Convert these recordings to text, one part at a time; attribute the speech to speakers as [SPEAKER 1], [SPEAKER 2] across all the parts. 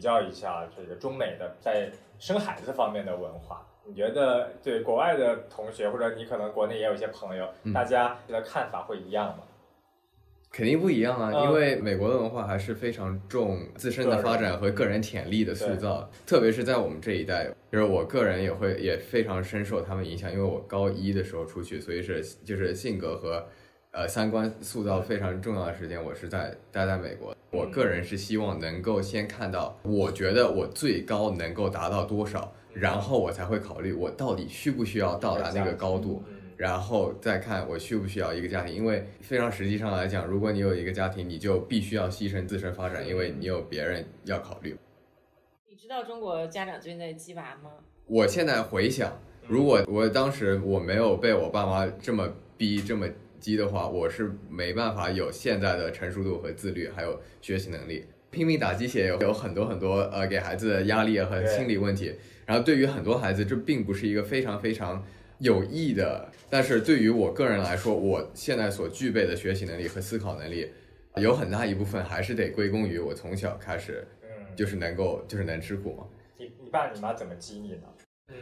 [SPEAKER 1] 较一下这个中美的在生孩子方面的文化。你觉得对国外的同学，或者你可能国内也有一些朋友，
[SPEAKER 2] 嗯
[SPEAKER 1] 大家的看法会一样吗？
[SPEAKER 2] 肯定不一样啊，
[SPEAKER 1] 嗯
[SPEAKER 2] 因为美国的文化还是非常重自身的发展和个人潜力的塑造，特别是在我们这一代，就是我个人也会也非常深受他们影响，因为我高一的时候出去，所以是就是性格和呃三观塑造非常重要的时间，我是在待在美国。我个人是希望能够先看到，我觉得我最高能够达到多少，然后我才会考虑我到底需不需要到达那个高度。
[SPEAKER 1] 嗯，
[SPEAKER 2] 然后再看我需不需要一个家庭，因为非常实际上来讲，如果你有一个家庭，你就必须要牺牲自身发展，因为你有别人要考虑。
[SPEAKER 3] 你知道中国家长最近在鸡娃吗？
[SPEAKER 2] 我现在回想，如果我当时我没有被我爸妈这么逼这么激的话，我是没办法有现在的成熟度和自律，还有学习能力。拼命打鸡血有有很多很多呃给孩子的压力和
[SPEAKER 1] 对
[SPEAKER 2] 心理问题，然后对于很多呃孩子这并不是一个非常非常有益的，但是对于我个人来说，我现在所具备的学习能力和思考能力，有很大一部分还是得归功于我从小开始
[SPEAKER 1] 嗯
[SPEAKER 2] 就是能够就是能吃苦嘛。
[SPEAKER 1] 你你爸你妈怎么激你呢？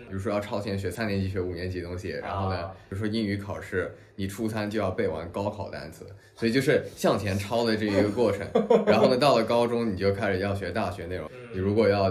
[SPEAKER 2] 比如说要超前学三年级、学五年级的东西，然后呢
[SPEAKER 1] 啊，
[SPEAKER 2] 比如说英语考试，你初三就要背完高考单词，所以就是向前超的这一个 过程。然后呢，到了高中你就开始要学大学内容，
[SPEAKER 1] 嗯
[SPEAKER 2] 你如果要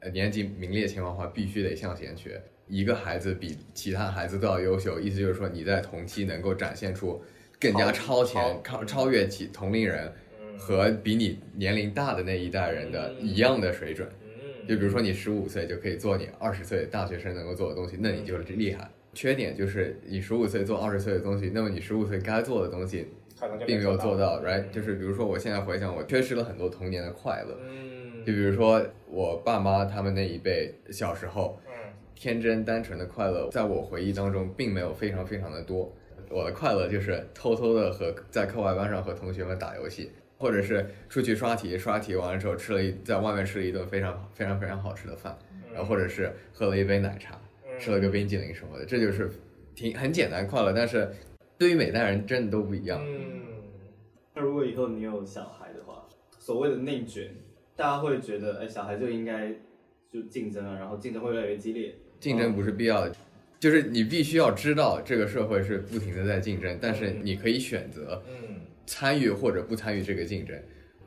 [SPEAKER 2] 呃年级名列前茅的话，必须得向前学。一个孩子比其他孩子都要优秀，意思就是说你在同期能够展现出更加超前、
[SPEAKER 1] 超
[SPEAKER 2] 超超越其同龄人
[SPEAKER 1] 嗯
[SPEAKER 2] 和比你年龄大的那一代人的
[SPEAKER 1] 嗯
[SPEAKER 2] 一样的水准。
[SPEAKER 1] 嗯，
[SPEAKER 2] 就比如说你十五岁就可以做你二十岁大学生能够做的东西，那你就是厉害。缺点就是你十五岁做二十岁的东西，那么你十五岁该做的东西
[SPEAKER 1] 可能就
[SPEAKER 2] 并没有做
[SPEAKER 1] 到。
[SPEAKER 2] 到，right？就是比如说我现在回想，我缺失了很多童年的快乐。
[SPEAKER 1] 嗯
[SPEAKER 2] 就比如说我爸妈他们那一辈小时候
[SPEAKER 1] 嗯
[SPEAKER 2] 天真单纯的快乐，在我回忆当中并没有非常非常的多。我的快乐就是偷偷的和在课外班上和同学们打游戏，或者是出去刷题，刷题完了之后吃了一在外面吃了一顿非常非常非常好吃的饭，
[SPEAKER 1] 嗯
[SPEAKER 2] 然后或者是喝了一杯奶茶，吃了个冰激凌什么的，这就是挺很简单快乐，但是对于每代人真的都不一样。
[SPEAKER 1] 嗯，
[SPEAKER 4] 那如果以后你有小孩的话，所谓的内卷，大家会觉得，哎，小孩就应该就竞争啊，然后竞争会越来越激烈。
[SPEAKER 2] 竞争不是必要的，就是你必须要知道这个社会是不停的在竞争，但是你可以选择
[SPEAKER 1] 嗯
[SPEAKER 2] 参与或者不参与这个竞争。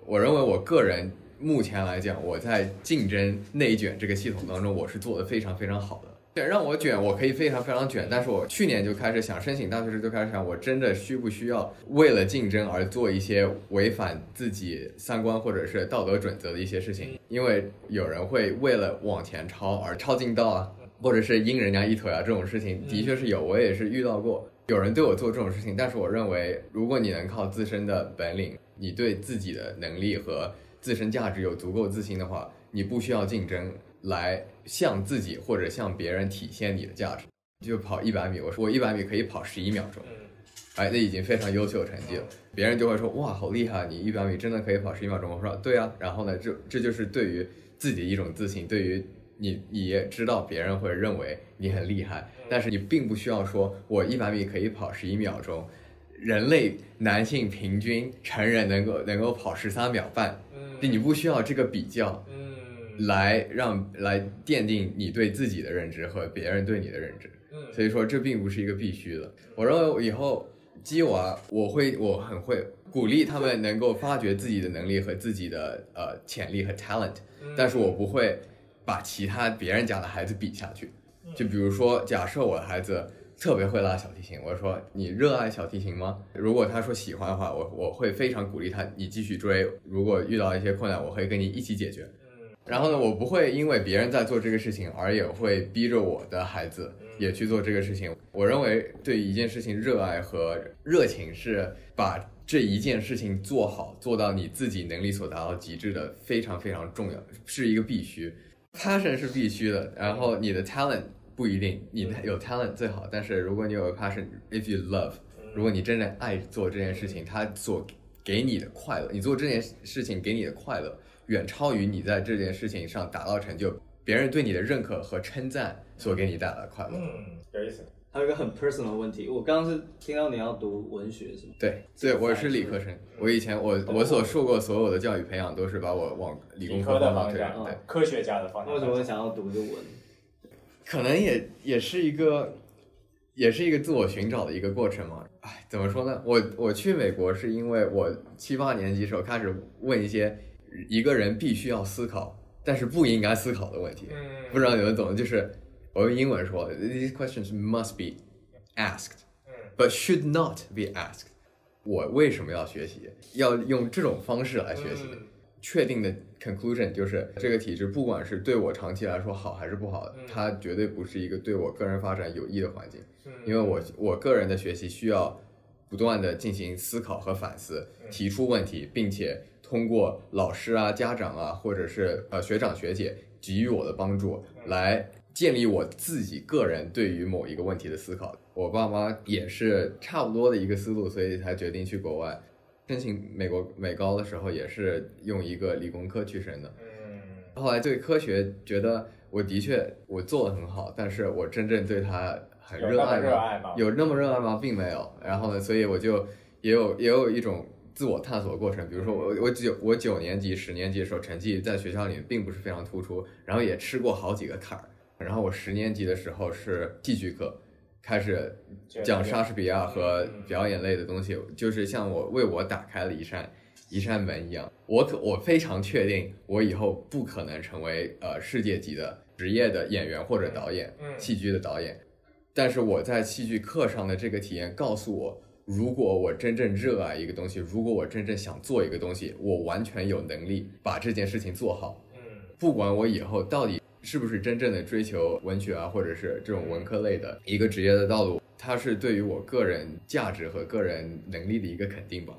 [SPEAKER 2] 我认为我个人目前来讲，我在竞争内卷这个系统当中，我是做的非常非常好的。对，让我卷，我可以非常非常卷，但是我去年就开始想申请大学时就开始想，我真的需不需要为了竞争而做一些违反自己三观或者是道德准则的一些事情？因为有人会为了往前超而超近道啊，或者是阴人家一腿啊，这种事情的确是有，我也是遇到过。有人对我做这种事情，但是我认为，如果你能靠自身的本领，你对自己的能力和自身价值有足够自信的话，你不需要竞争来向自己或者向别人体现你的价值。就跑一百米，我说我一百米可以跑十一秒钟，
[SPEAKER 1] 嗯
[SPEAKER 2] 哎，那已经非常优秀的成绩了。别人就会说哇，好厉害，你一百米真的可以跑十一秒钟。我说对啊，然后呢，这这就是对于自己的一种自信，对于你你也知道别人会认为你很厉害，
[SPEAKER 1] 嗯
[SPEAKER 2] 但是你并不需要说我一百米可以跑十一秒钟，人类男性平均成人能够能够跑十三秒半，
[SPEAKER 1] 嗯
[SPEAKER 2] 就你不需要这个比较
[SPEAKER 1] 嗯
[SPEAKER 2] 来让来奠定你对自己的认知和别人对你的认知。
[SPEAKER 1] 嗯
[SPEAKER 2] 所以说这并不是一个必须的。我认为以后鸡娃，我会我很会鼓励他们能够发掘自己的能力和自己的呃潜力和 talent，但
[SPEAKER 1] 嗯
[SPEAKER 2] 是我不会把其他别人家的孩子比下去。就比如说，假设我的孩子特别会拉小提琴，我说你热爱小提琴吗？如果他说喜欢的话，我我会非常鼓励他，你继续追。如果遇到一些困难，我会跟你一起解决。
[SPEAKER 1] 嗯
[SPEAKER 2] 然后呢，我不会因为别人在做这个事情，而也会逼着我的孩子也去做这个事情。我认为对一件事情热爱和热情是把这一件事情做好，做到你自己能力所达到极致的，非常非常重要，是一个必须。passion 是必须的，然后你的 talent 不一定，你的有 talent 最好，但是如果你有 passion，if you love，如
[SPEAKER 1] 嗯
[SPEAKER 2] 果你真的爱做这件事情，它所给你的快乐，你做这件事情给你的快乐，远超于你在这件事情上达到成就，别人对你的认可和称赞所给你带来的快乐。
[SPEAKER 1] 嗯，有意思。
[SPEAKER 4] 还有一个很 personal 的问题，我刚刚是听到你要读文学是吗？
[SPEAKER 2] 对，对我是理科生，我以前我我所受过所有的教育培养都是把我往理工
[SPEAKER 1] 理
[SPEAKER 2] 科
[SPEAKER 1] 科的
[SPEAKER 2] 方向
[SPEAKER 1] 方
[SPEAKER 2] 推
[SPEAKER 1] 向，嗯
[SPEAKER 2] 的，对，
[SPEAKER 1] 科学家的方
[SPEAKER 4] 那
[SPEAKER 1] 向。
[SPEAKER 4] 为什么会想要读这文？
[SPEAKER 2] 可能也也是一个，也是一个自我寻找的一个过程嘛。哎，怎么说呢？我我去美国是因为我七八年级时候开始问一些一个人必须要思考，但是不应该思考的问题。
[SPEAKER 1] 嗯，
[SPEAKER 2] 不知道你们懂的，就是我用英文说，these questions must be asked。
[SPEAKER 1] 嗯
[SPEAKER 2] but should not be asked。我为什么要学习？要用这种方式来学习？
[SPEAKER 1] 嗯
[SPEAKER 2] 确定的 conclusion 就是这个体制，不管是对我长期来说好还是不好，
[SPEAKER 1] 嗯
[SPEAKER 2] 它绝对不是一个对我个人发展有益的环境。
[SPEAKER 1] 嗯
[SPEAKER 2] 因为我我个人的学习需要不断的进行思考和反思，提出问题，并且通过老师啊、家长啊，或者是呃学长学姐给予我的帮助，来建立我自己个人对于某一个问题的思考。我爸妈也是差不多的一个思路，所以才决定去国外。申请美国美高的时候，也是用一个理工科去申的。
[SPEAKER 1] 嗯
[SPEAKER 2] 后来对科学觉得，我的确我做的很好，但是我真正对它很
[SPEAKER 1] 有
[SPEAKER 2] 热
[SPEAKER 1] 那么
[SPEAKER 2] 爱
[SPEAKER 1] 热
[SPEAKER 2] 吗？
[SPEAKER 1] 爱吗？
[SPEAKER 2] 有那么热爱吗？并没有。然后呢，所以我就也有也有一种自我探索的过程。比如说我我九我九年级、十年级的时候，成绩在学校里并不是非常突出，然后也吃过好几个坎儿。然后我十年级的时候是戏剧课，开始讲莎士比亚和
[SPEAKER 1] 嗯
[SPEAKER 2] 表演类的东西，就是像我为我打开了一扇一扇门一样。我可我非常确定，我以后不可能成为呃世界级的职业的演员或者导演，
[SPEAKER 1] 嗯
[SPEAKER 2] 戏剧的导演。但是我在戏剧课上的这个体验告诉我，如果我真正热爱一个东西，如果我真正想做一个东西，我完全有能力把这件事情做好。
[SPEAKER 1] 음,嗯
[SPEAKER 2] 不管我以后到底是不是真正的追求文学啊，或者是这种文科类的一个职业的道路，它是对于我个人价值和个人能力的一个肯定吧。